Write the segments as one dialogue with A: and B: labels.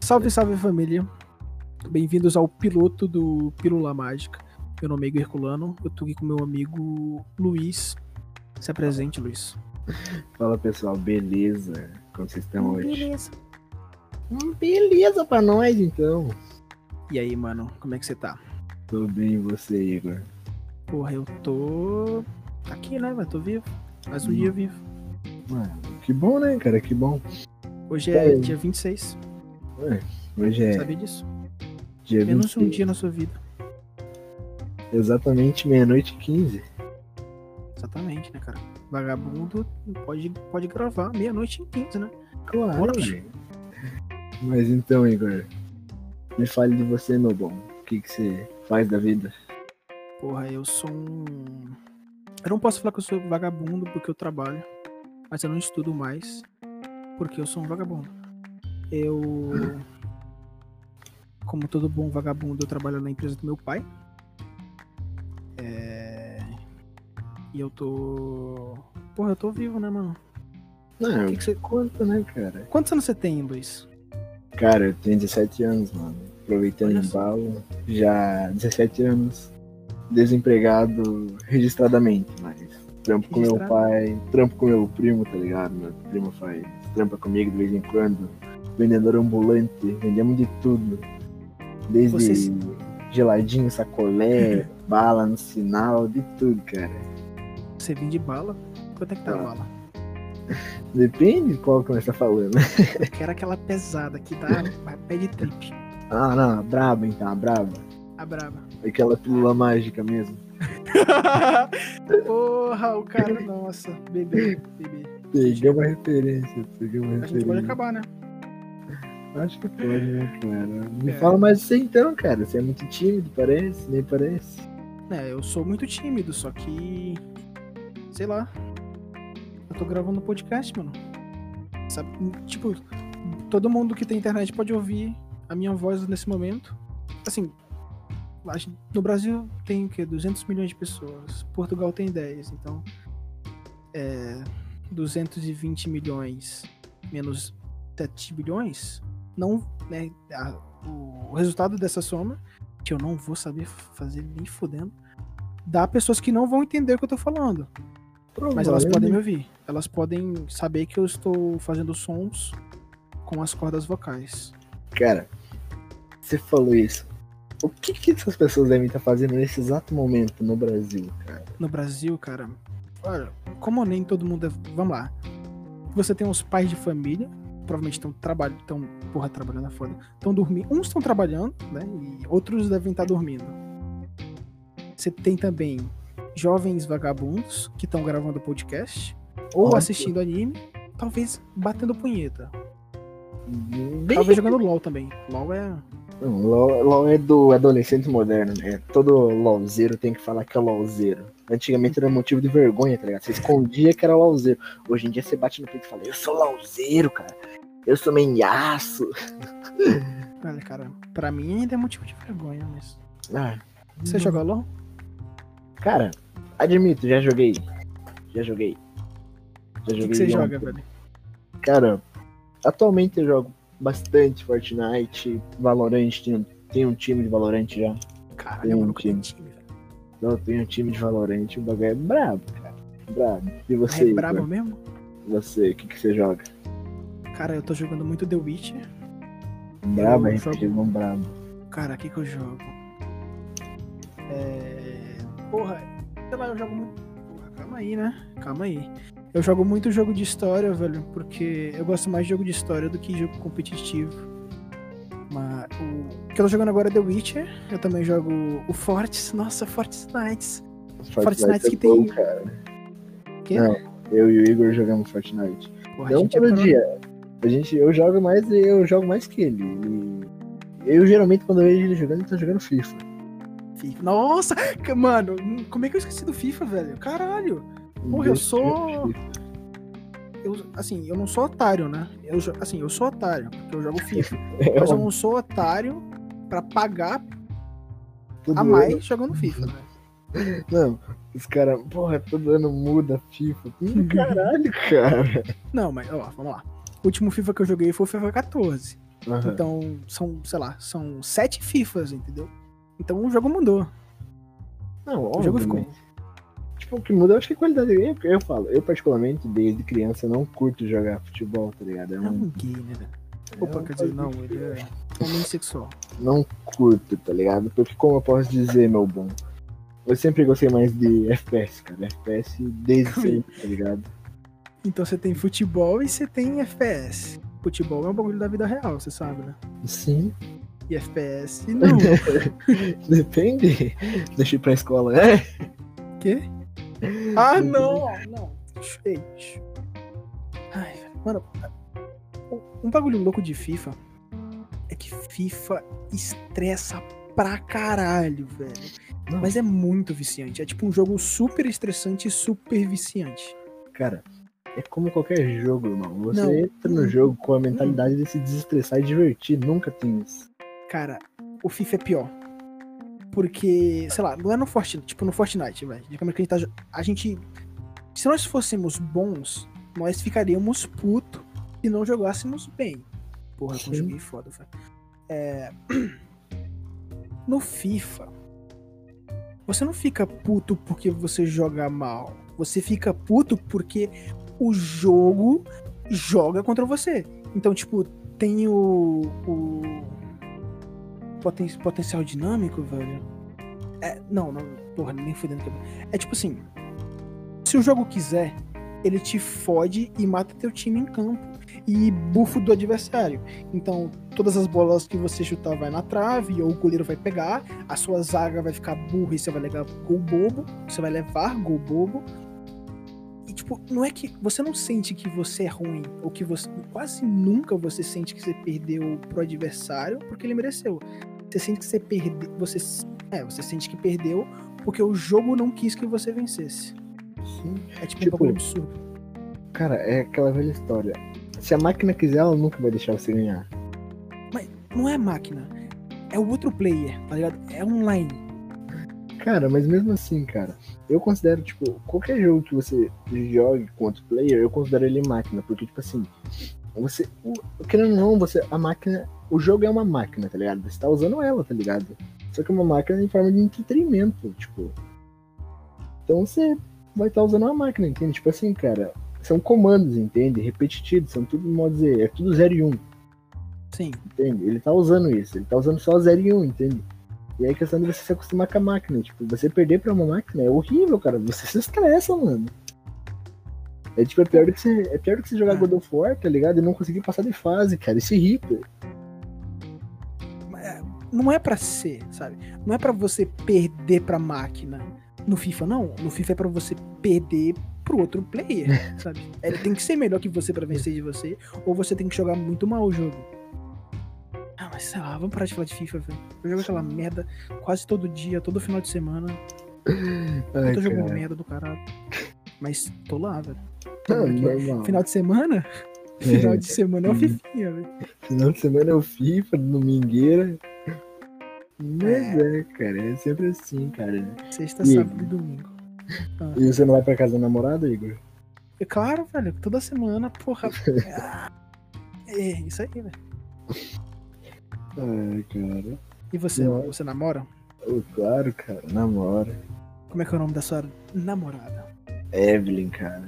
A: Salve, salve família. Bem-vindos ao piloto do Pílula Mágica. Meu nome é Igor Herculano. Eu tô aqui com meu amigo Luiz. Se apresente, Luiz.
B: Fala pessoal, beleza? Como vocês estão hoje?
A: Beleza.
B: Hum, Beleza pra nós então.
A: E aí, mano, como é que você tá?
B: Tô bem e você, Igor?
A: Porra, eu tô. Aqui, né, velho? Tô vivo.
B: Hum.
A: Mais um dia vivo.
B: Mano, que bom, né, cara? Que bom.
A: Hoje é
B: Tá.
A: dia 26.
B: Hoje é
A: Sabia disso?
B: dia
A: Menos um
B: 26,
A: dia na sua vida.
B: exatamente meia-noite e 15.
A: Exatamente, né, cara? Vagabundo pode, pode gravar meia-noite em 15, né?
B: Claro.
A: Bora,
B: velho. Mas então, Igor, me fale de você, meu bom. O que, que você faz da vida?
A: Porra, eu sou um. Eu não posso falar que eu sou vagabundo porque eu trabalho, mas eu não estudo mais porque eu sou um vagabundo. Eu. Como todo bom vagabundo, eu trabalho na empresa do meu pai. É... E eu tô. Porra, eu tô vivo, né, mano?
B: Não,
A: que que você-
B: conta, né, cara?
A: Quantos anos você tem, Luiz?
B: Cara, eu tenho 17 anos, mano. Aproveitando
A: Olha
B: o
A: só.
B: embalo, já 17 anos, desempregado registradamente, mas trampo com meu
A: Registrado.
B: pai, trampo com meu primo, tá ligado? Meu primo faz trampa comigo de vez em quando, vendedor ambulante, vendemos de tudo. Desde
A: Você se-
B: geladinho, sacolé, bala no sinal, de tudo, cara.
A: Você vem de bala? Quanto é que tá a
B: Ah.
A: bala?
B: Depende de qual que nós tá falando.
A: Eu quero aquela pesada que dá pé de Tá trip.
B: Ah, não, a braba então, a braba.
A: A braba.
B: Aquela pílula mágica mesmo.
A: Porra, o cara, nossa, bebê, bebê.
B: Peguei uma referência, peguei uma
A: A gente pode
B: referência.
A: acabar, né?
B: Acho que pode, né, cara? Me
A: É.
B: fala mais de você então, cara. Você é muito tímido, parece, nem parece.
A: É, eu sou muito tímido, só que. Sei lá. Eu tô gravando um podcast, mano. Sabe? Tipo, todo mundo que tem internet pode ouvir a minha voz nesse momento. Assim, a gen- no Brasil tem o quê? 200 milhões de pessoas. Portugal tem 10, então. É, 220 milhões menos 7 bilhões. Não. Né, a- o- o resultado dessa soma que eu não vou saber fazer nem fudendo, dá pessoas que não vão entender o que eu tô falando. Mas elas podem me ouvir. Elas podem saber que eu estou fazendo sons com as cordas vocais.
B: Cara, você falou isso. O que que essas pessoas devem estar fazendo nesse exato momento no Brasil, cara?
A: No Brasil, cara, olha, como nem todo mundo é. Vamos lá. Você tem uns pais de família, provavelmente estão trabalhando. Estão, porra, trabalhando é foda. Estão dormindo. Uns estão trabalhando, né? E outros devem estar dormindo. Você tem também jovens vagabundos que estão gravando podcast. ou
B: Olha,
A: assistindo anime, talvez batendo punheta.
B: Bem...
A: Talvez jogando LOL também. LOL é.
B: Não, LOL, LOL é do adolescente moderno, né? Todo LOLzeiro tem que falar que é LOLzeiro. Antigamente era motivo de vergonha, tá ligado? Você escondia que era LOLzeiro. Hoje em dia você bate no peito e fala, eu sou LOLzeiro, cara. Eu sou menhaço.
A: Olha, cara, pra mim ainda é motivo de vergonha, mas.
B: Ah,
A: Você joga LOL?
B: Cara, admito, já joguei. Já joguei. Já
A: O que, que você
B: ontem.
A: joga, velho?
B: Cara, atualmente eu jogo bastante Fortnite, Valorant, tem um, tem um time de Valorant já.
A: Caralho,
B: Tem
A: eu
B: um
A: nunca tem
B: time.
A: time, velho.
B: Não, tem um time de Valorant, o bagulho é brabo, cara. Brabo. E
A: Mas
B: você,
A: É
B: Igor?
A: brabo mesmo?
B: você, o que, que você joga?
A: Cara, eu tô jogando muito The Witcher.
B: Brabo,
A: Eu
B: hein?
A: jogo-
B: Chegou um brabo.
A: Cara, o que, que eu jogo? É. Porra, sei lá, eu jogo muito. Porra, calma aí, né? Calma aí. Eu jogo muito jogo de história, velho, porque eu gosto mais de jogo de história do que jogo competitivo. Mas o o que eu tô jogando agora é The Witcher. Eu também jogo o Fortes. Nossa, Fortes Nights. Fortnite
B: é
A: que tem-
B: cara.
A: Que?
B: Não, eu e o Igor jogamos Fortnite.
A: Porra, é
B: Não todo
A: pro-
B: dia. A gente, eu jogo mais eu jogo mais que ele. Ele- Eu geralmente quando eu vejo ele jogando, ele tá jogando FIFA.
A: FIFA. Nossa, que- mano, hum, como é que eu esqueci do FIFA, velho? Caralho. Porra, eu
B: Ele
A: sou- um
B: jogando FIFA.
A: Eu, assim, eu não sou otário, né? Eu, jo- assim, eu sou otário, porque eu jogo FIFA.
B: É,
A: mas eu
B: ó,
A: não sou otário pra pagar
B: todo
A: a
B: ano-
A: mais jogando FIFA, né?
B: Não, os caras, porra, todo ano muda a FIFA. Hum, Caralho, cara.
A: Não, mas ó, vamos lá. O último FIFA que eu joguei foi o FIFA 14.
B: Aham.
A: Então, são, sei lá, são sete FIFAs, entendeu? Então o jogo mudou.
B: Não,
A: O jogo
B: óbvio,
A: ficou.
B: mas, Tipo, o que muda eu acho que é a qualidade do game, porque eu falo, eu particularmente, desde criança, não curto jogar futebol, tá ligado? Eu
A: É
B: não,
A: um gay, né, velho?
B: eu
A: Opa, quer dizer, não,
B: faço-
A: ele é homossexual.
B: não curto, tá ligado? Porque como eu posso dizer, meu bom, eu sempre gostei mais de FPS, cara. FPS desde sempre, tá ligado?
A: Então você tem futebol e você tem FPS. Futebol é um bagulho da vida real, você sabe, né?
B: Sim.
A: E FPS não.
B: Depende. Deixa eu ir pra escola, né?
A: Quê? Ah, não! Não. Ei. shh. Ai, velho, mano. Um bagulho louco de FIFA é que FIFA estressa pra caralho, velho.
B: Não.
A: Mas é muito viciante. É tipo um jogo super estressante e super viciante.
B: Cara, é como qualquer jogo, irmão. Você
A: Não.
B: entra no jogo com a mentalidade de se desestressar e divertir. Nunca tem isso.
A: Cara, o FIFA é pior. Porque, sei lá, não é no Fortnite, tipo no Fortnite, velho. Digamos que a gente tá. jo- A gente. Se nós fôssemos bons, nós ficaríamos puto se não jogássemos bem. Porra,
B: Sim.
A: conjuguei foda, velho. É, No FIFA, você não fica puto porque você joga mal. Você fica puto porque o jogo joga contra você. Então, tipo, tem o. o poten- potencial dinâmico, velho. É, não, não, porra, nem fudendo. que eu- É tipo assim: se o jogo quiser, ele te fode e mata teu time em campo e bufo do adversário. Então, todas as bolas que você chutar vai na trave, ou o goleiro vai pegar, a sua zaga vai ficar burra e você vai levar gol bobo, você vai levar gol bobo. E, tipo, não é que você não sente que você é ruim, ou que você. Quase nunca você sente que você perdeu pro adversário porque ele mereceu. Você sente que você perdeu. Você, é, você sente que perdeu porque o jogo não quis que você vencesse.
B: Sim.
A: É tipo, um
B: Tipo,
A: bagulho absurdo.
B: Cara, é aquela velha história. Se a máquina quiser, ela nunca vai deixar você ganhar.
A: Não é máquina. É o outro player, tá ligado? É online.
B: Cara, mas mesmo assim, cara, eu considero, tipo, qualquer jogo que você jogue com outro player, eu considero ele máquina, porque, tipo assim, você, o, querendo ou não, você, a máquina, o jogo é uma máquina, tá ligado? Você tá usando ela, tá ligado? Só que é uma máquina em forma de entretenimento, tipo. Então você vai estar usando uma máquina, entende? Tipo assim, cara, são comandos, entende? Repetitivos, são tudo, modo dizer, é tudo 0 e 1.
A: Sim.
B: entende? Ele tá usando isso, ele tá usando só 0 e 1, entende? E aí a questão de você se acostumar com a máquina, tipo, você perder pra uma máquina é horrível, cara, você se estressa, mano. É tipo, é pior do que você, é pior do que você jogar
A: Ah.
B: God of War, tá ligado? E não conseguir passar de fase, cara, isso irrita.
A: é, não é pra ser, sabe? Não é pra você perder pra máquina. No FIFA não, no FIFA é pra você perder pro outro player, sabe? É, Ele tem que ser melhor que você pra vencer de você, ou você tem que jogar muito mal o jogo. Ah, mas sei lá, vamos parar de falar de FIFA, velho. Eu jogo aquela merda quase todo dia, todo final de semana. Eu
B: Ai,
A: tô jogando
B: É, cara.
A: merda do caralho. Mas tô lá, velho.
B: Não,
A: Aqui,
B: normal.
A: Final de semana? Final de semana é o
B: Uhum.
A: Fifinha, velho.
B: Final de semana é o FIFA, domingueira. Mas é, cara, é sempre assim, cara.
A: Sexta,
B: E-
A: sábado e domingo. Então,
B: E você não vai pra casa da namorada, Igor?
A: É claro, velho. Toda semana, porra. Ah, é isso aí, velho.
B: Ai, cara.
A: E você,
B: Não.
A: você namora?
B: Oh, claro, cara, namora.
A: Como é que é o nome da sua namorada?
B: Evelyn, cara.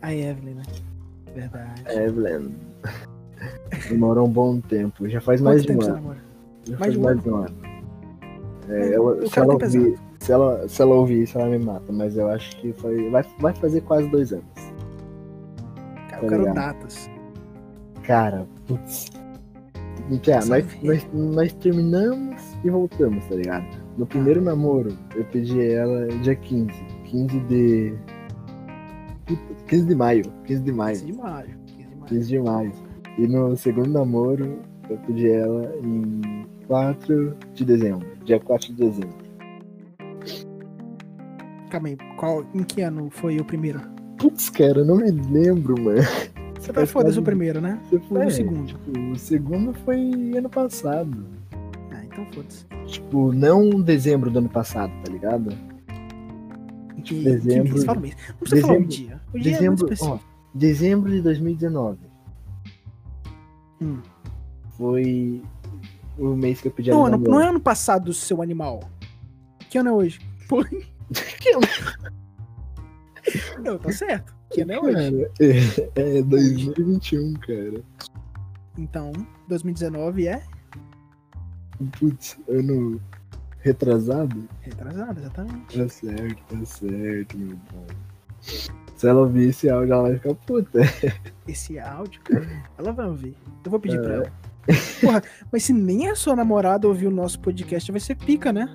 A: A Evelyn, né? Verdade.
B: É, Evelyn. Demorou um bom tempo. Já faz
A: Quanto
B: mais de
A: tempo
B: um
A: você
B: ano.
A: namora?
B: Já
A: Mais
B: faz
A: de um
B: mais de um ano. É,
A: É,
B: ela-
A: o
B: se,
A: cara
B: ela
A: tem
B: ouvir, se, ela, se ela ouvir isso, ela me mata. Mas eu acho que foi- vai, vai fazer quase dois anos.
A: Cara,
B: Tá
A: eu quero
B: ligado.
A: datas.
B: Cara, putz. Piá,
A: Essa
B: nós,
A: vida.
B: nós, nós terminamos e voltamos, tá ligado? No
A: Ah.
B: primeiro namoro, eu pedi ela dia 15. 15 de. Puta, 15 de maio. 15 de maio.
A: 15 de maio. 15 de maio.
B: 15 de maio. E no segundo namoro, eu pedi ela em 4 de dezembro. Dia 4 de dezembro.
A: Calma aí. Qual, em que ano foi o primeiro?
B: Putz, cara, eu não me lembro, mano.
A: Você tá
B: Faz
A: foda-se
B: quase-
A: o primeiro, né?
B: Você
A: Foi
B: é,
A: o segundo.
B: tipo, o segundo foi ano passado.
A: Ah, então foda-se.
B: Tipo, não dezembro do ano passado, tá ligado?
A: E Que, que
B: Dezembro-
A: mês? Fala o mês. Não precisa falar um
B: dezembro-
A: dia. O dia é muito
B: Dezembro,
A: específico.
B: ó, dezembro de 2019.
A: Hum.
B: Foi o mês que eu pedi
A: Não,
B: a
A: ano- não é ano passado, seu animal. Que ano é hoje? Pô.
B: Que ano?
A: Não, tá certo. Que ano é hoje?
B: Cara, é, é 2021, cara.
A: Então, 2019 é
B: Putz, ano retrasado?
A: retrasado, exatamente.
B: Tá certo, tá certo, meu bom. Se ela ouvir esse áudio, ela vai ficar puta.
A: Esse áudio, ela vai ouvir. Eu vou pedir pra ela. Porra, mas se nem a sua namorada ouvir o nosso podcast, vai ser pica, né?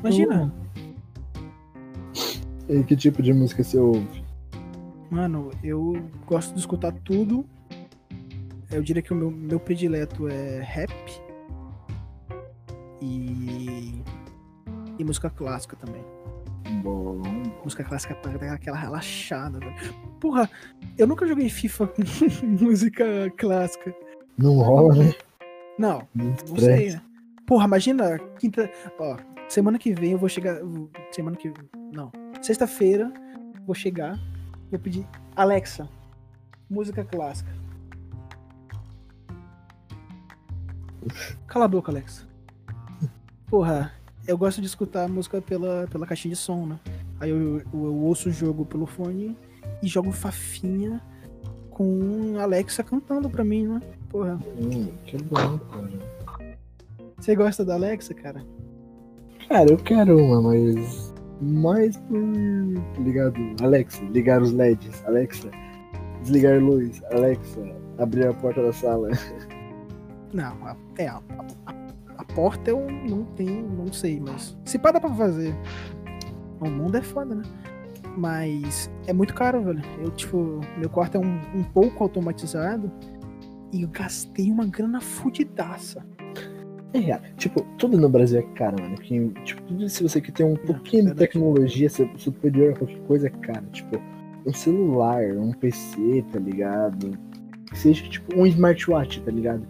A: Imagina.
B: E que tipo de música você ouve?
A: Mano, eu gosto de escutar tudo. Eu diria que o meu, meu predileto é rap e, e música clássica também.
B: Bom,
A: Música clássica pra dar aquela relaxada, velho. Porra, eu nunca joguei FIFA com música clássica.
B: não rola, né?
A: Não,
B: Muito
A: não sei,
B: estresse.
A: né? Porra, imagina, quinta. Ó, semana que vem eu vou chegar. Semana que. Não. Sexta-feira, vou chegar, vou pedir. Alexa, música clássica. Cala a boca, Alexa. Porra, eu gosto de escutar a música pela, pela caixinha de som, né? Aí eu, eu- eu ouço o jogo pelo fone e jogo Fafinha com Alexa cantando pra mim, né? Porra.
B: Hum, que bom, cara.
A: Você gosta da Alexa, cara?
B: Cara, eu quero uma, mas. Mais por. Ligado. Alexa, ligar os LEDs. Alexa, desligar luz. Alexa, abrir a porta da sala.
A: Não, a- é a, a- a porta eu não tenho, não sei, mas se pá dá pra fazer. O mundo é foda, né? Mas é muito caro, velho. Eu, tipo, meu quarto é um, um pouco automatizado e eu gastei uma grana fudidaça.
B: É real. Tipo, tudo no Brasil é caro, mano. Porque, tipo, tudo se você quer ter um pouquinho de
A: verdade.
B: tecnologia su- superior a qualquer coisa é caro. Tipo, um celular, um PC, tá ligado? Que seja, tipo, um smartwatch, tá ligado?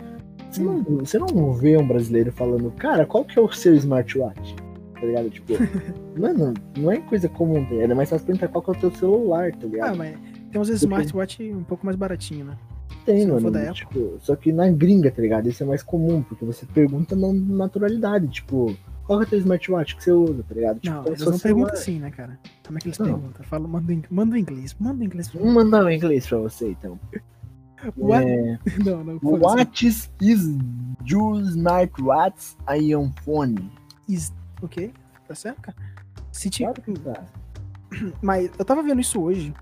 B: Você não, você não vê um brasileiro falando, cara, qual que é o seu smartwatch? Tá ligado? Tipo, mano, não é coisa comum, tá ligado? É mais fácil perguntar qual que é o teu celular, tá ligado?
A: Ah, mas tem uns smartwatch um pouco mais baratinho, né?
B: Tem,
A: Se não
B: mano.
A: for da Apple.
B: tipo, só que na gringa, tá ligado? Isso é mais comum, porque você pergunta na naturalidade, tipo, qual que é o teu smartwatch que você usa, tá ligado? Tipo,
A: Não,
B: qual é o
A: eles
B: seu
A: não
B: celular?
A: perguntam assim, né, cara? Como é que eles
B: Não. Hum,
A: perguntam? Falam, manda em manda em inglês, manda em inglês.
B: Vou mandar o um, inglês pra você, então.
A: What?
B: É,
A: Não, não, foda-se.
B: what is, is your smartwatch um I am phone?
A: Is... Ok, tá certo, cara? Se te...
B: Claro que tá.
A: Mas eu tava vendo isso hoje.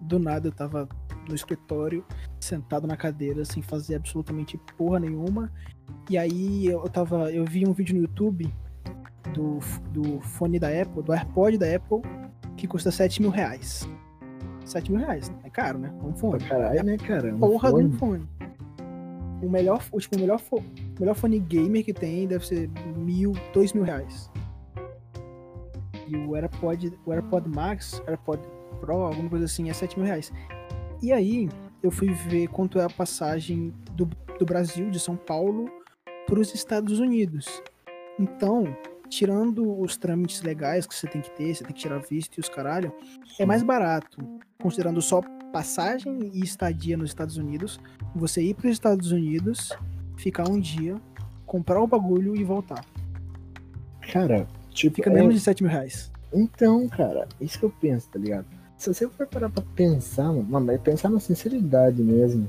A: Do nada eu tava no escritório, sentado na cadeira, sem fazer absolutamente porra nenhuma. E aí eu tava. Eu vi um vídeo no YouTube do, f- do fone da Apple, do AirPod da Apple, que custa 7 mil reais. 7 mil reais, é caro, né? É Um
B: Pô,
A: fone.
B: caralho, né, cara? Um
A: Porra
B: fone.
A: de um fone. O melhor, o, tipo, o melhor, fo- o melhor fone gamer que tem deve ser mil, dois mil reais. E o AirPod, o AirPod Max, AirPod Pro, alguma coisa assim, é 7 mil reais. E aí, eu fui ver quanto é a passagem do, do Brasil, de São Paulo, para os Estados Unidos. Então, tirando os trâmites legais que você tem que ter, você tem que tirar visto e os caralho, é mais barato, considerando só passagem e estadia nos Estados Unidos, você ir para os Estados Unidos, ficar um dia, comprar o bagulho e voltar.
B: Cara, tipo,
A: Fica
B: é-
A: menos de 7 mil reais.
B: Então, cara, isso que eu penso, tá ligado? Se você for parar pra pensar, mano, mano, é pensar na sinceridade mesmo.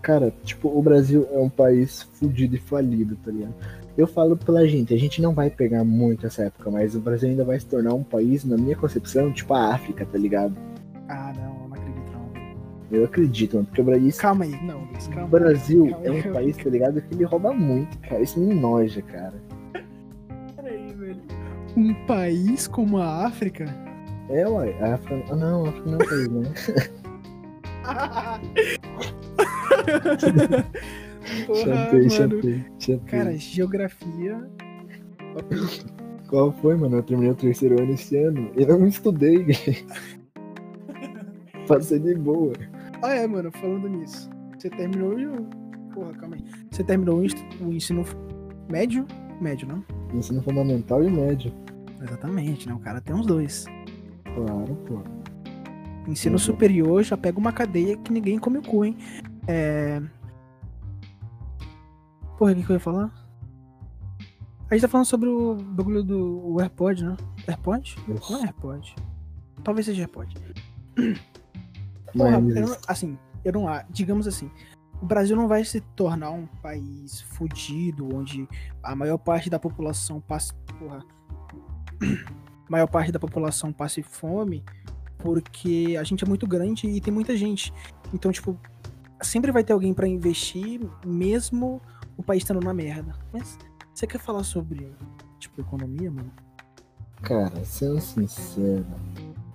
B: Cara, tipo, o Brasil é um país fudido e falido, tá ligado? Eu falo pela gente, a gente não vai pegar muito essa época, mas o Brasil ainda vai se tornar um país, na minha concepção, tipo a África, tá ligado?
A: Ah, não, eu não acredito não.
B: Eu acredito, mano, porque o Brasil,
A: Calma aí, não, Luiz,
B: o
A: calma.
B: Brasil
A: calma,
B: é um
A: calma.
B: país, tá ligado, que ele rouba muito, cara. Isso me noja, cara.
A: Peraí, velho. Um país como a África?
B: É, uai, a África. Ah, não, a África não é um país, né?
A: Porra,
B: chantei,
A: mano.
B: chantei, chantei.
A: Cara, geografia.
B: Qual foi, mano? Eu terminei o terceiro ano esse ano e não estudei. Passei de boa.
A: Ah, é, mano, falando nisso. Você terminou o. Porra, calma aí. Você terminou o inst- o ensino médio? Médio, não?
B: Ensino fundamental e médio.
A: Exatamente, né? O cara tem uns dois.
B: Claro, pô.
A: Ensino
B: Uhum.
A: superior já pega uma cadeia que ninguém come o cu, hein? É, Porra, o que, que eu ia falar? A gente tá falando sobre o bagulho do o AirPod, né? AirPod?
B: Nossa.
A: Não é AirPod. Talvez seja AirPod. Porra,
B: Mas,
A: eu não- assim, eu não a- digamos assim, o Brasil não vai se tornar um país fudido, onde a maior parte da população passa, porra, a maior parte da população passe fome, porque a gente é muito grande e tem muita gente. Então, tipo, sempre vai ter alguém pra investir, mesmo o país estando na merda. Mas você quer falar sobre, tipo, economia, mano?
B: cara, sendo sincero,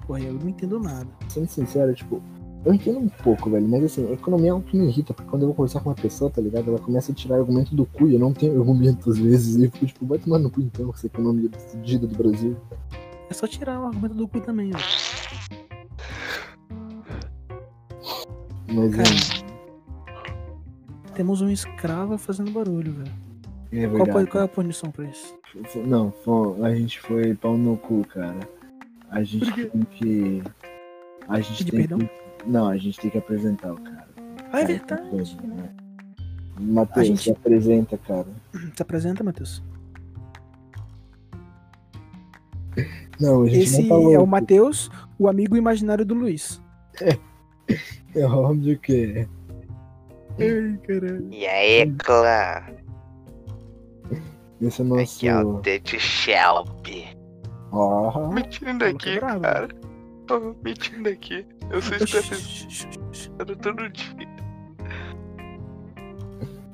A: Porra, eu não entendo nada.
B: sendo sincero, tipo, eu entendo um pouco, velho, mas assim, a economia é algo que me irrita, porque quando eu vou conversar com uma pessoa, tá ligado? Ela começa a tirar argumento do cu e eu não tenho argumento às vezes, e eu fico tipo, vai tomar no cu então com essa economia fudida do Brasil.
A: É só tirar o argumento do cu também, ó.
B: Mas
A: Cara,
B: Hum.
A: temos um escravo fazendo barulho, velho.
B: é, é
A: Qual, foi-
B: verdade.
A: qual é a punição pra isso?
B: Não, foi- a gente foi pau no cu, cara. A gente tem que. A gente
A: Pedir
B: tem
A: perdão?
B: que. Não, a gente tem que apresentar o cara.
A: Ah, é
B: Cara,
A: verdade.
B: tem
A: né?
B: que- Matheus,
A: A gente-
B: se apresenta, cara.
A: Se apresenta, Matheus.
B: Não, a gente
A: Esse
B: não falou.
A: é o Matheus, o amigo imaginário do Luiz.
B: É óbvio que é.
A: Ai, caralho.
C: E aí, clã?
B: Esse é o
C: Aqui é o
B: nosso.
C: Tete Shelby.
B: Ó,
C: Me tirem
A: Maluco
C: daqui,
A: bravo,
C: cara. Tô me tirem daqui. Eu sou estressado
A: Oxi.
C: todo dia.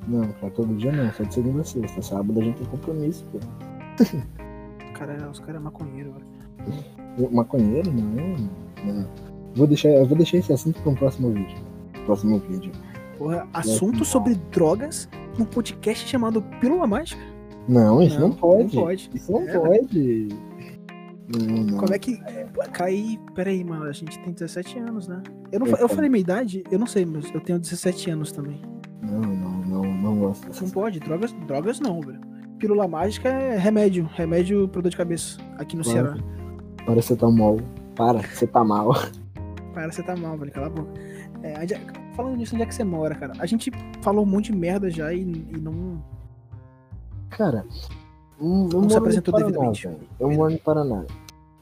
B: Não, pra todo dia não, só de segunda a sexta. Sábado a gente tem compromisso, pô.
A: Cara, os caras é maconheiro, velho.
B: Maconheiro? Não, não. Vou deixar, eu vou deixar esse assunto pra um próximo vídeo. Próximo vídeo.
A: Porra, assunto sobre drogas num podcast chamado Pílula Mágica?
B: Não, isso não, pode.
A: Não pode.
B: Isso não
A: É,
B: pode. Não, não.
A: Como é que. é, Caí. Peraí, mano, a gente tem 17 anos, né? Eu, não,
B: Eu
A: fa- eu
B: sei.
A: falei minha idade? Eu não sei, mas eu tenho 17 anos também.
B: Não, não, não, não gosto
A: Não
B: dessas
A: pode, drogas, drogas não, velho. Pílula mágica é remédio, remédio pra dor de cabeça aqui no
B: Claro.
A: Ceará.
B: Para você tá mal. Para, você tá mal.
A: Cara, você tá mal, velho, cala a boca. É, onde é- falando nisso, onde é que você mora, cara? A gente falou um monte de merda já e, e não.
B: Cara, hum, eu
A: Não se
B: moro no
A: apresentou
B: Paraná,
A: devidamente.
B: velho. É um Eu moro no Paraná.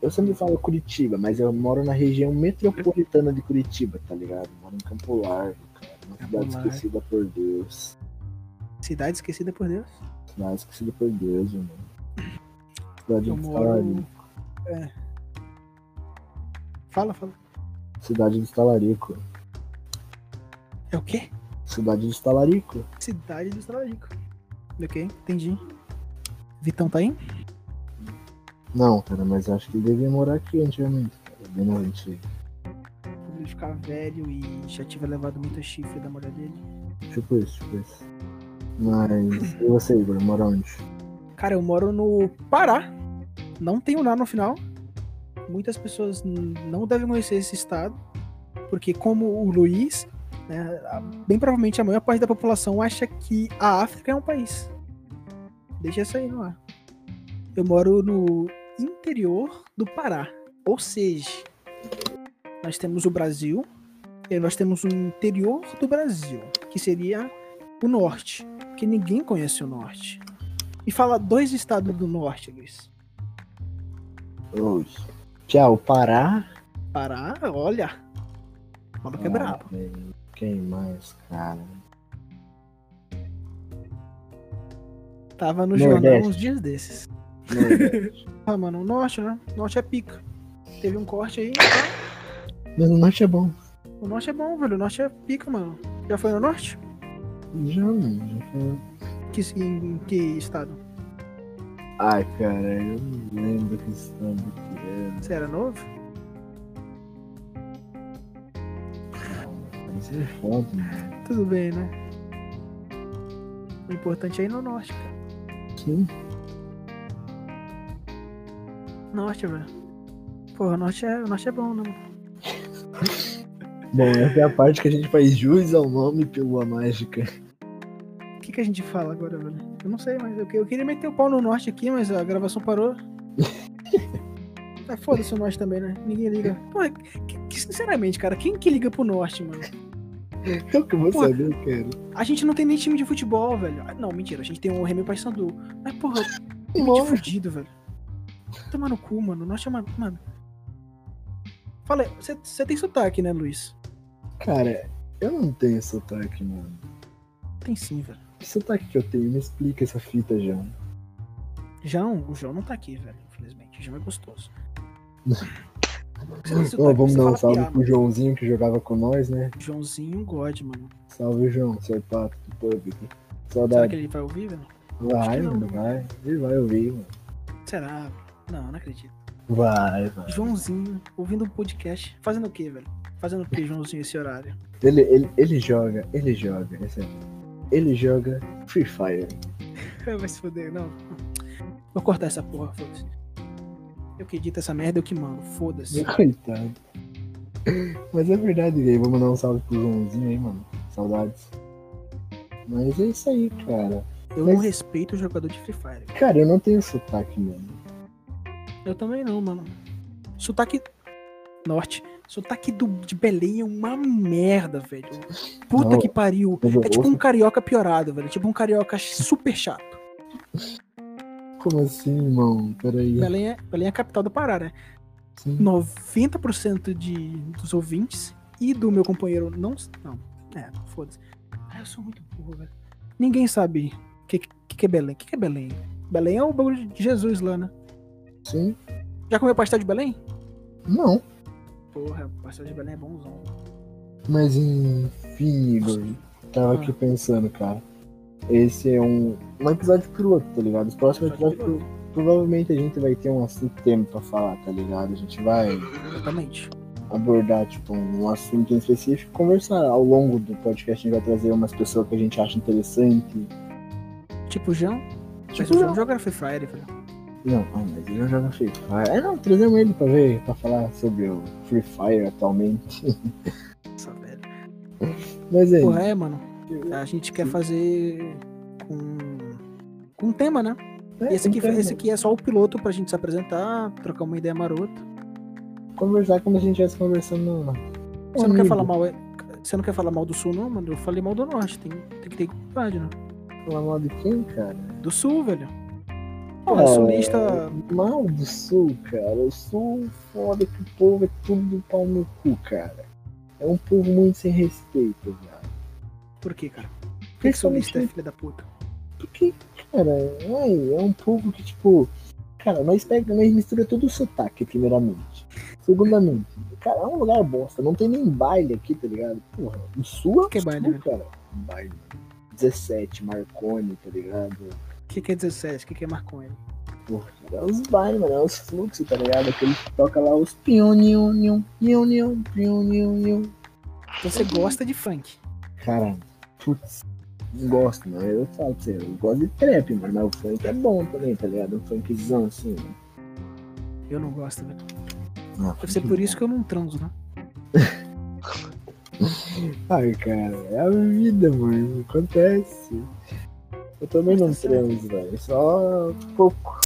B: Eu sempre falo Curitiba, mas eu moro na região metropolitana de Curitiba, tá ligado? Moro em Campo Largo, cara. Uma
A: Campo
B: cidade
A: Largo.
B: esquecida por Deus.
A: Cidade esquecida por Deus.
B: Cidade esquecida por Deus, mano. Cidade
A: Eu
B: do
A: moro.
B: Talarico.
A: É. Fala, fala.
B: Cidade do Talarico.
A: É o quê?
B: Cidade do Talarico.
A: Cidade do Salarico. Ok, entendi. Vitão tá aí?
B: Não, cara, mas eu acho que ele devia morar aqui antigamente, cara. Bem na antiga.
A: Ele ficar velho e já tiver levado muito chifre da mulher dele.
B: Tipo isso, tipo isso. Mas. E você, Igor, mora onde?
A: Cara, eu moro no Pará. Não tem o Ná no final. Muitas pessoas n- não devem conhecer esse estado, porque como o Luiz, né, a- bem provavelmente a maior parte da população acha que a África é um país. Deixa isso aí no ar. Eu moro no interior do Pará. Ou seja, nós temos o Brasil e nós temos o interior do Brasil, que seria o norte, porque ninguém conhece o norte. E fala dois estados do norte, Luiz.
B: Oi. Tchau, Pará.
A: Pará, olha. O maluco é
B: Ah,
A: brabo.
B: velho, Quem mais, cara?
A: Tava no
B: Nordeste.
A: jornal uns dias desses.
B: Nordeste.
A: Ah, mano, o norte, né? O norte é pica. Teve um corte aí.
B: Mas o norte é bom.
A: O norte é bom, velho. O norte é pica, mano. Já foi no norte?
B: Já não, já foi.
A: Que, em que estado?
B: Ai, cara, eu não lembro que estado que era.
A: Você era novo?
B: cara. Isso é foda, mano.
A: Tudo bem, né? O importante é ir no norte, cara.
B: Sim.
A: Norte, velho. Porra, o norte é, o norte é bom, né? mano?
B: Bom, essa é a parte que a gente faz jus ao nome Pílula Mágica.
A: O que, que a gente fala agora, velho? Eu não sei, mas eu, que- eu queria meter o pau no norte aqui, mas a gravação parou. ah, foda-se o norte também, né? Ninguém liga. Pô, que- que- sinceramente, cara, quem que liga pro norte, mano?
B: Eu É que vou
A: Pô.
B: saber, cara.
A: A gente não tem nem time de futebol, velho. Ah, Não, mentira, a gente tem o Remy Paysandu. Mas, porra, time de
B: Nossa.
A: fudido, velho. Tomar no cu, mano. Nós chamamos. Mano. Falei, você tem sotaque, né, Luiz?
B: Cara, eu não tenho sotaque, mano.
A: Tem sim, velho.
B: Que sotaque que eu tenho? Me explica essa fita, João.
A: João, o João não tá aqui, velho, infelizmente. O João é gostoso. Você tem
B: Ô,
A: sotaque,
B: vamos
A: você
B: dar um
A: fala
B: salve
A: piá,
B: pro Joãozinho que jogava com nós, né?
A: mano. Joãozinho God, mano.
B: Salve, João, seu pato do pub aqui.
A: Será
B: Saudade.
A: que ele vai ouvir, velho?
B: Vai,
A: Acho que
B: mano,
A: não. né?
B: vai. Ele vai ouvir, mano.
A: Será? Não, não acredito.
B: Vai, vai.
A: Joãozinho, ouvindo um podcast. Fazendo o quê, velho? Fazendo o quê, Joãozinho, esse horário?
B: Ele, ele, ele joga, ele joga, é sério. Ele joga Free Fire.
A: Vai se foder, não. Vou cortar essa porra, foda-se. Eu que edito essa merda, eu que mando. Foda-se.
B: Coitado. Mas é verdade, gay. Vou mandar um salve pro Joãozinho aí, mano. Saudades. Mas é isso aí, cara.
A: Eu
B: Mas-
A: não respeito o jogador de Free Fire.
B: Cara, eu não tenho sotaque, mano.
A: Eu também não, mano. Sotaque norte. Sotaque do, de Belém é uma merda, velho. Puta
B: Não,
A: que pariu.
B: Mas eu
A: É tipo
B: ouço-
A: um carioca piorado, velho. É Tipo um carioca super chato.
B: Como
A: um
B: assim, irmão? Peraí.
A: Belém é, Belém é a capital do Pará, né?
B: Sim.
A: 90% de, dos ouvintes e do meu companheiro não. Não. É, foda-se. Ah, eu sou muito burro, velho. Ninguém sabe o que, que, que é Belém. O que, que é Belém? Belém é o bagulho de Jesus lá, né?
B: Sim.
A: Já comeu pastel de Belém?
B: Não.
A: Porra, pastel de Belém é bonzão.
B: Mas enfim, Igor. Tava
A: Ah.
B: aqui pensando, cara. Esse é um, um episódio piloto, tá ligado? Os próximos
A: Episódio
B: episódios, pro- provavelmente a gente vai ter um assunto tempo pra falar, tá ligado? A gente vai
A: Exatamente.
B: abordar, tipo, um assunto em específico, conversar ao longo do podcast, a gente vai trazer umas pessoas que a gente acha interessante.
A: Tipo o João. Mas
B: Tipo,
A: o João
B: não,
A: joga Free Fire, velho.
B: não, ah, mas ele não joga Free Fire. É, não, trazemos ele pra ver, pra falar sobre o Free Fire atualmente.
A: Nossa, velho.
B: Mas é,
A: Porra, é, mano. A gente quer fazer com, com um tema, né?
B: é,
A: Esse aqui,
B: então,
A: esse aqui é só o piloto pra gente se apresentar, trocar uma ideia marota.
B: Conversar como a gente estivesse conversando. no-
A: Você não quer
B: Um Amigo.
A: falar mal. é- Você não quer falar mal do sul, não, mano? Eu falei mal do norte, tem, tem que ter cuidado, né?
B: Falar mal de quem, cara?
A: Do sul, velho. Pô,
B: Ah,
A: sulista.
B: Mal do sul, cara. O sul foda que o povo é tudo do pau no cu, cara. É um povo muito sem respeito, velho.
A: Por quê, cara? Por que, que
B: Principalmente- né?
A: sulista é filha da puta?
B: Porque, cara, ai, é um povo que, tipo. Cara, nós pega, nós mistura todo o sotaque, primeiramente. Segundamente, cara, é um lugar bosta. Não tem nem baile aqui, tá ligado? Porra, o sul é o
A: Que
B: sul,
A: baile, né? velho?
B: cara. Baile. 17, Marconi, tá ligado?
A: O que, que é 17? O que, que é maconha?
B: Porra, cara, é os bailes, mano, é os fluxos, tá ligado? Aquele que toca lá os pionion, pionion, pionion.
A: Então você gosta de funk.
B: Cara, putz, não gosto, mano. Eu falo pra você, eu gosto de trap, mano, mas o funk é bom também, tá ligado? Um funkzão assim, mano.
A: Eu não gosto, velho.
B: Ah,
A: Deve ser por isso que eu não transo, né?
B: Ai, cara, é a vida, mano. Acontece. Eu também não
A: Tá certo.
B: transo, velho. Só pouco.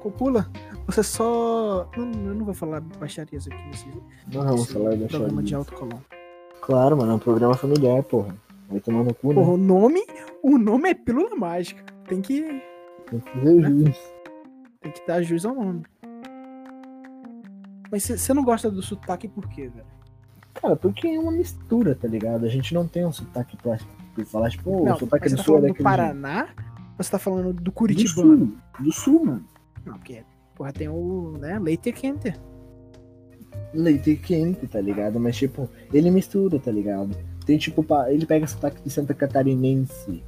A: Copula, você só. Não, eu não vou falar baixarias aqui nesse,
B: Não vamos
A: nesse
B: falar da
A: programa de
B: chave.
A: alto colão.
B: Claro, mano, é um programa familiar, porra. Vai tomar no cu,
A: Porra,
B: né?
A: o nome, o nome é Pílula Mágica. Tem que,
B: Tem que fazer juiz.
A: tem que dar jus ao nome. Mas você não gosta do sotaque por quê, velho?
B: Cara, porque é uma mistura, tá ligado? A gente não tem um sotaque pra, pra falar, tipo, ô,
A: não,
B: o sotaque
A: mas
B: do
A: tá
B: sul é
A: falando do
B: daquele.
A: Paraná ou você tá falando do
B: do
A: Curitibano?
B: sul, do sul, mano.
A: Não, porque, porra, tem o, né, leite quente.
B: leite quente, tá ligado? Mas, tipo, ele mistura, tá ligado? Tem, tipo, pa- ele pega sotaque de Santa Catarinense.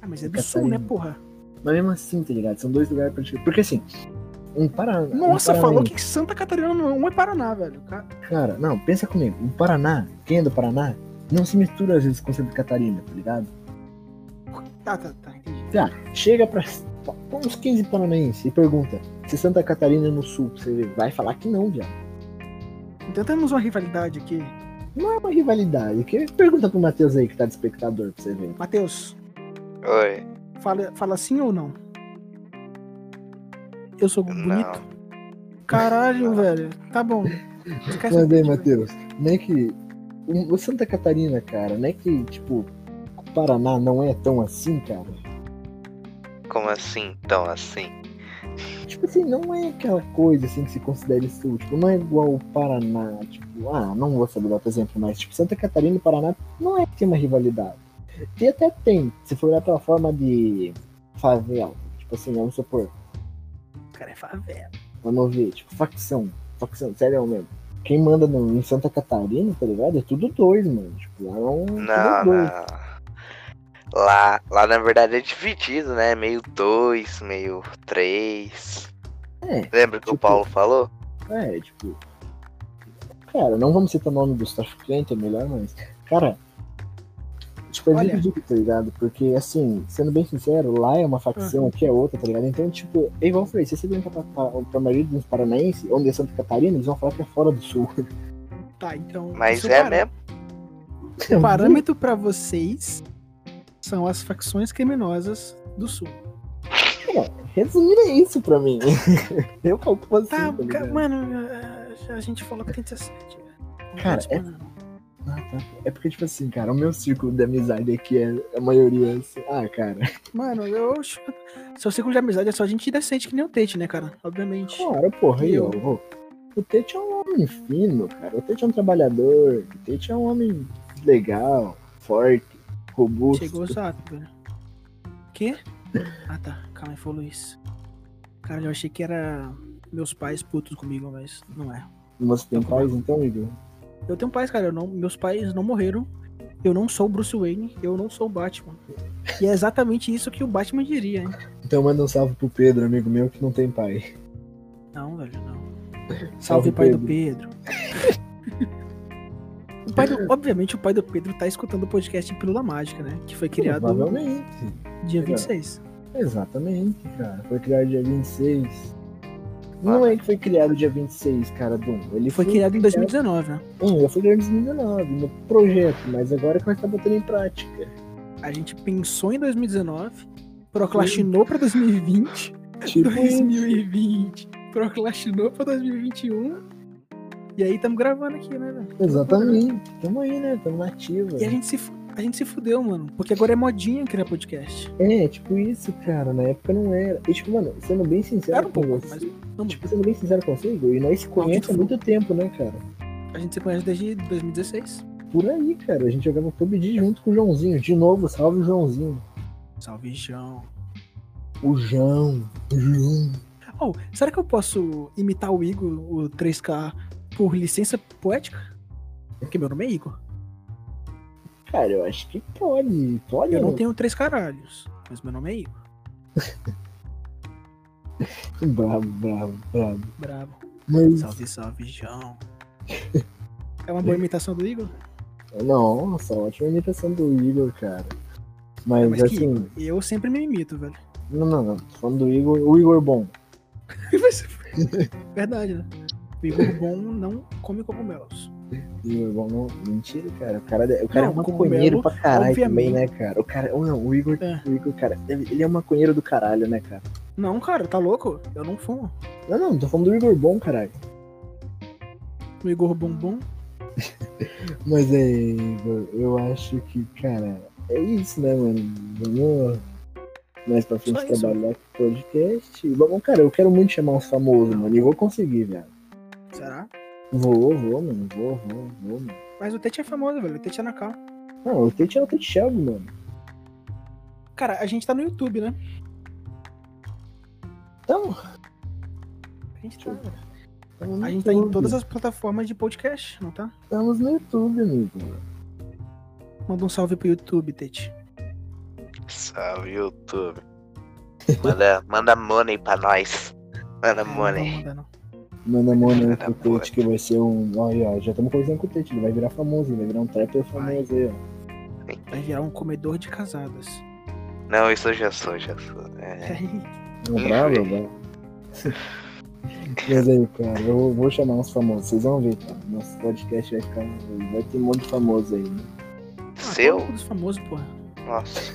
A: Ah, mas é do
B: Catarina.
A: sul, né, porra?
B: Mas mesmo assim, tá ligado? São dois lugares pra gente- Porque, assim, um Paraná...
A: Nossa,
B: um Paraná-
A: falou que Santa Catarina não é um é Paraná, velho. Ca-
B: Cara, não, pensa comigo. Um Paraná, quem é do Paraná, não se mistura, às vezes, com Santa Catarina, tá ligado?
A: Tá, tá, tá, entendi.
B: Chega pra, pra uns 15 paranaenses e pergunta se Santa Catarina é no sul. Você vai falar que não, viado.
A: Então temos uma rivalidade aqui.
B: Não é uma rivalidade. Que... Pergunta pro Matheus aí, que tá de espectador, pra você ver.
A: Matheus,
C: Oi.
A: fala, fala sim ou não? Eu sou bonito?
C: Não.
A: Caralho,
C: Não.
A: velho. Tá bom. Você quer
B: Mandei,
A: saber,
B: Matheus. Meio que um, o Santa Catarina, cara, não é que, tipo, o Paraná não é tão assim, cara?
D: Como assim, tão assim?
B: Tipo assim, não é aquela coisa assim que se considera sul, tipo, não é igual o Paraná, tipo, ah, não vou saber dar outro exemplo, mas tipo, Santa Catarina e Paraná não é que tem uma rivalidade. Tem até tem, se for olhar pela forma de favela, tipo assim, vamos supor,
A: O cara é favela.
B: vamos ver, tipo, facção, facção, sério mesmo. Quem manda no, em Santa Catarina, tá ligado? É tudo dois, mano. Tipo, lá é um. tudo
D: Não,
B: dois.
D: não. Lá, lá na verdade é dividido, né? Meio dois, meio três.
B: É,
D: Lembra que o
B: tipo-
D: Paulo falou?
B: É, tipo. Cara, não vamos citar o nome dos traficantes, é melhor, mas. Cara. Tipo, é
A: Olha.
B: dividido, tá ligado? Porque, assim, sendo bem sincero, lá é uma
A: Uhum.
B: facção, aqui é outra, tá ligado? Então, tipo, é igual eu falei, se você vem pra, pra, pra, pra maioria dos paranaenses, onde é Santa Catarina, eles vão falar que é fora do sul.
A: Tá, então.
D: Mas
A: isso
D: é
A: para-
D: mesmo.
A: O parâmetro pra vocês são as facções criminosas do sul.
B: Resumindo, é isso pra mim. eu calculo assim,
A: Tá,
B: tá,
A: ca-
B: ligado?
A: mano, a- a gente falou que tem 17. né? Não
B: Cara,
A: tem esse problema,
B: Ah, tá. É porque, tipo assim, cara, o meu círculo de amizade aqui é a maioria, assim, ah, cara...
A: não. Mano, eu. acho- Seu círculo de amizade é só gente decente que nem o Tete, né, cara? Obviamente.
B: Claro, porra, aí,
A: Eu.
B: ó. ó. O Tete é um homem fino, cara. O Tete é um trabalhador. O Tete é um homem legal, forte, robusto.
A: Chegou o zap, velho. Quê? Ah tá, calma aí, foi o Luiz. Cara, eu achei que era meus pais putos comigo, mas não é.
B: Você tem paz, então, amigo?
A: Eu tenho pais, cara, eu não, meus pais não morreram. Eu não sou o Bruce Wayne, eu não sou o Batman. E é exatamente isso que o Batman diria, hein?
B: Então manda um salve pro Pedro, amigo meu, que não tem pai.
A: Não, velho, não. Salve, pai do Pedro. o pai do, obviamente, o pai do Pedro tá escutando o podcast em Pílula Mágica, né? Que foi criado no
B: Provavelmente.
A: dia 26.
B: Exatamente, cara. Foi criado dia 26. Não é que foi criado dia 26, cara, Dom. Ele
A: Foi criado em 2019, né?
B: Hum, eu fui criado em 2019, no projeto, mas agora que nós tá botando em prática.
A: A gente pensou em 2019, procrastinou pra 2020,
B: Tipo,
A: 2020, procrastinou pra 2021. E aí estamos gravando aqui, né, velho?
B: exatamente. Tamo aí, né? Tamo nativa.
A: E a gente se fu- a gente se fudeu, mano, porque agora é modinha criar podcast.
B: É, tipo isso, cara. Na época não era. E, tipo, mano, sendo bem sincero
A: Era um
B: com
A: pouco,
B: você.
A: mas não,
B: Tipo, sendo bem sincero consigo, e nós se conhecemos há muito tempo, né, cara?
A: a gente se conhece desde 2016.
B: Por aí, cara. A gente jogava PUBG junto com o Joãozinho. De novo, salve o Joãozinho.
A: Salve, João.
B: O João. O João.
A: Oh, será que eu posso imitar o Igor, o 3K, por licença poética? Porque meu nome é Igor.
B: Cara, eu acho que pode. Pode,
A: Eu não
B: né?
A: tenho três caralhos, mas meu nome é Igor.
B: Bravo, bravo, bravo.
A: Bravo.
B: Mas.
A: Salve, salve, João. É uma boa imitação do Igor?
B: Nossa, ótima imitação do Igor, cara. Mas,
A: Mas que
B: assim.
A: Igor? Eu sempre me imito, velho.
B: Não, não, não. Tô falando do Igor. O Igor bom.
A: Mas- Verdade, né? O Igor bom não come cogumelos.
B: Igor, bom, não, mentira, cara. O cara, o cara
A: Não,
B: é maconheiro
A: cogumelo,
B: pra caralho também,
A: obviamente.
B: né, cara? O cara, ou não, o Igor,
A: É.
B: o Igor, cara, ele ele é um maconheiro do caralho, né, cara?
A: Não, cara, tá louco? Eu não fumo.
B: Não, não, tô falando do Igor bom, caralho.
A: O Igor bombom.
B: Mas é, Igor, eu acho que, cara, é isso, né, mano? Vamos mais pra frente
A: Só isso.
B: trabalhar com o podcast. Vamos, cara, eu quero muito chamar uns famosos, mano, e vou conseguir, velho.
A: Será?
B: Vou, vou, mano, vou, vou, vou, mano.
A: Mas o Tete é famoso, velho. O Tete é na cal.
B: Não, o Tete é o Tete Shelby, mano.
A: Cara, a gente tá no YouTube, né?
B: Então,
A: A gente tá, velho.
B: tamo no
A: a gente tá em
B: YouTube.
A: todas as plataformas de podcast, não tá?
B: Estamos no YouTube, amigo.
A: Manda um salve pro YouTube, Tete.
D: Salve, é YouTube. Manda, manda money pra nós. Manda
A: Não,
D: money.
A: É, manda não.
B: Manda mão né,
A: Tá
D: Filha da
B: pro
D: puta.
B: Tete, que vai ser um. Olha, ó, já estamos conversando com o Tete, ele vai virar famoso, ele vai virar um trapper famoso aí, ó.
A: Vai virar um comedor de casadas.
D: Não, isso eu já sou, já sou. É.
B: Não,
D: Ixi.
B: Um bravo, bravo. Mas aí, cara, eu vou- vou chamar uns famosos, vocês vão ver, cara. Nosso podcast vai ficar. Vai ter um monte de famoso aí. né?
D: Seu?
A: Ah, dos famosos, porra.
D: Nossa.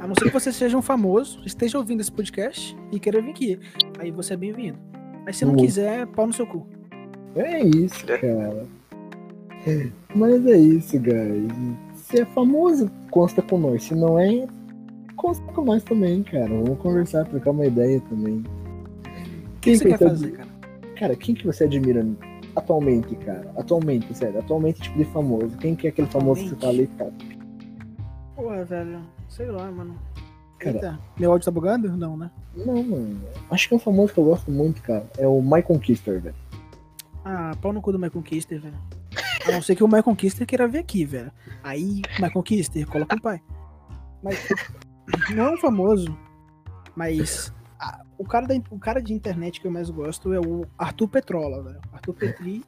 A: A não ser que você seja um famoso, esteja ouvindo esse podcast e queira vir aqui. Aí
B: Uhum.
A: você é bem-vindo. Mas se não
B: Hum.
A: quiser, pau no seu cu.
B: É isso, cara. Mas é isso, guys. Se é famoso, consta com nós. Se não é, consta com nós também, cara. Vamos conversar, trocar uma ideia também.
A: O que você
B: que
A: quer
B: tá-
A: fazer, cara?
B: Cara, quem que você admira atualmente, cara? Atualmente, sério. Atualmente, tipo, de famoso. Quem que é aquele famoso que você tá ali, cara?
A: Porra, velho. Sei lá, mano.
B: Cara-
A: Eita, meu áudio tá bugado? Não, né?
B: Não, mano. Acho que é um famoso que eu gosto muito, cara. É o My Conquistor, velho.
A: Ah, pau no cu do My Conquister, velho. A não ser que o My Conquister queira vir aqui, velho. Aí, My Conquister, coloca um pai. Mas não é um famoso, mas a- o, cara da, o cara de internet que eu mais gosto é o Arthur Petrola, velho. Arthur Petri,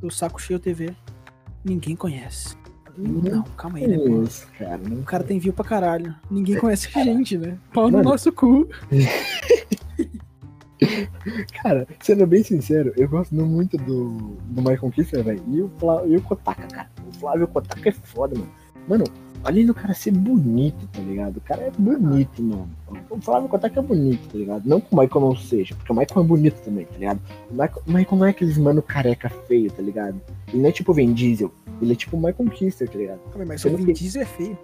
A: do Saco Cheio TV. Ninguém conhece. Não, calma aí, né? pô?
B: Isso, cara. Não
A: O cara tem view pra caralho. Ninguém conhece a gente, né? Pau no
B: Mano.
A: nosso cu.
B: Cara, sendo bem sincero, eu gosto muito do, do My Conquista, velho. E o Flávio e o Kotaka, cara. O Flávio Kotaka é foda, mano. Mano, além do cara ser bonito, tá ligado? O cara é bonito, mano. O Flávio Kotaka é bonito, tá ligado? Não que o Michael não seja, porque o Michael é bonito também, tá ligado? O Michael, o Michael não é aqueles mano careca feio, tá ligado? Ele não é tipo o Vin Diesel. Ele é tipo o My Conquista, tá ligado?
A: Calma aí, mas o
B: Sendo
A: Vin
B: que-
A: Diesel é feio.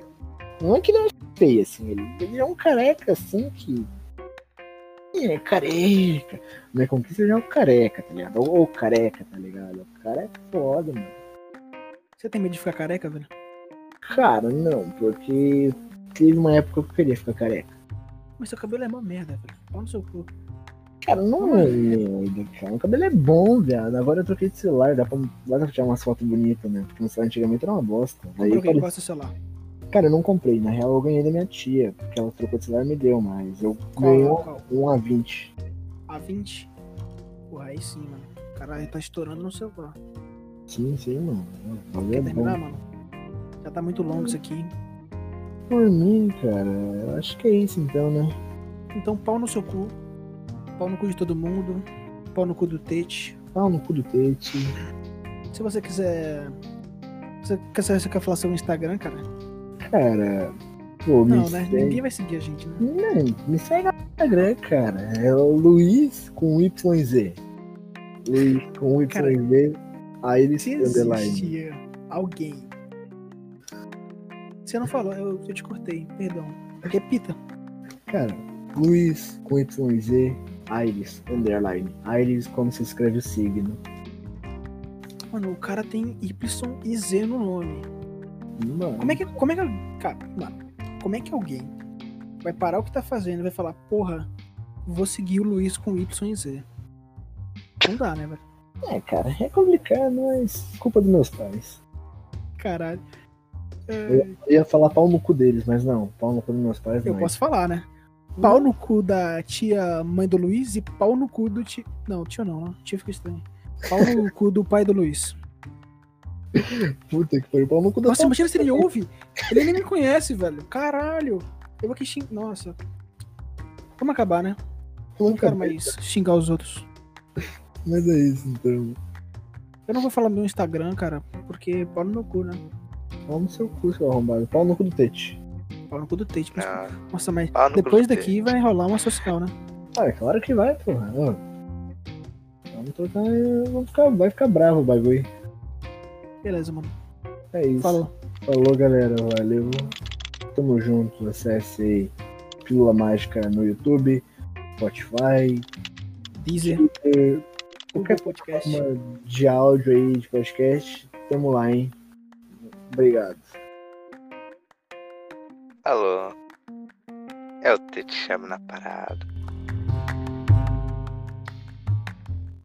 B: Não é que não é feio, assim, ele, ele é um careca, assim, que. É careca. Minha conquista já é um careca, tá ligado? Ou ou careca, tá ligado? O cara é foda, mano.
A: Você tem medo de ficar careca, velho?
B: Cara, não, porque teve uma época que eu queria ficar careca.
A: Mas seu cabelo é uma merda, velho. Pau no seu cu.
B: Cara, não é merda, cara. O cabelo é bom, viado. Agora eu troquei de celular, dá pra, dá pra tirar umas fotos bonitas, né? Porque no celular antigamente era uma bosta. Aí eu
A: Comprou
B: falei,
A: quem gosta do é celular.
B: cara, eu não comprei. Na real, eu ganhei da minha tia, porque ela trocou de celular e me deu, mas eu
A: Qual,
B: ganhei um,
A: qual?
B: um A20.
A: A20? Porra, aí sim, mano. O cara aí tá estourando no celular.
B: Sim, sim, mano. Valeu,
A: Quer terminar,
B: É bom.
A: mano? Já tá muito longo isso aqui.
B: Por mim, cara, eu acho que é isso então, né?
A: Então, pau no seu cu. Pau no cu de todo mundo. Pau no cu do Tete.
B: Ah, no cu do Tate.
A: Se você quiser. Você quer, você quer falar seu Instagram, cara?
B: Cara, pô, me
A: Não, né?
B: segue.
A: Ninguém vai seguir a gente, né?
B: Não, me segue no Instagram, cara. É o Luiz com YZ. Luiz com YZ.
A: Cara,
B: aí ele
A: Se
B: se underline.
A: existia alguém. Você não falou, eu, eu te cortei, perdão. Repita.
B: Cara, Luiz com YZ. Aires, underline. Aires, como se escreve o signo.
A: Mano, o cara tem Y e Z no nome.
B: Mano,
A: Como é que. Como é que. Cara, mano, como é que alguém vai parar o que tá fazendo e vai falar, porra, vou seguir o Luiz com Y e Z? Não dá, né, velho?
B: é, cara? É complicado, mas culpa dos meus pais.
A: Caralho. É,
B: Eu ia falar pau no cu deles, mas não. Pau no cu dos meus pais,
A: eu
B: não.
A: posso falar, né? Pau no cu da tia mãe do Luiz e pau no cu do tio. Não, tio não, né? Tio fica estranho. Pau no cu do pai do Luiz.
B: Puta que pariu, pau no cu da
A: Nossa,
B: tua-
A: imagina se ele ouve. Ele nem me conhece, velho. Caralho. Eu vou que xing... Nossa. Vamos acabar, né? Eu não quero mais xingar os outros.
B: Mas é isso, então.
A: Eu não vou falar meu Instagram, cara, porque pau no meu cu, né?
B: Pau no seu cu, seu arrombado. Pau no cu do Tete.
A: Pau no cu do Tate. mas-
D: Ah,
A: Nossa, mas
D: pau no cu
A: depois
D: do Tate.
A: daqui vai rolar uma social, né?
B: Ah, é claro que vai, porra. Ó. Vamos trocar. eu vou ficar- vai ficar bravo o bagulho.
A: Beleza, mano.
B: É isso.
A: Falou.
B: Falou, galera. Valeu. Tamo junto. Acesse aí Pílula Mágica no YouTube, Spotify,
A: Deezer,
B: eh,
A: Google
B: qualquer
A: Podcast.
B: forma de áudio aí, de podcast. Tamo lá, hein? Obrigado.
D: alô. É o Tete chama na parada.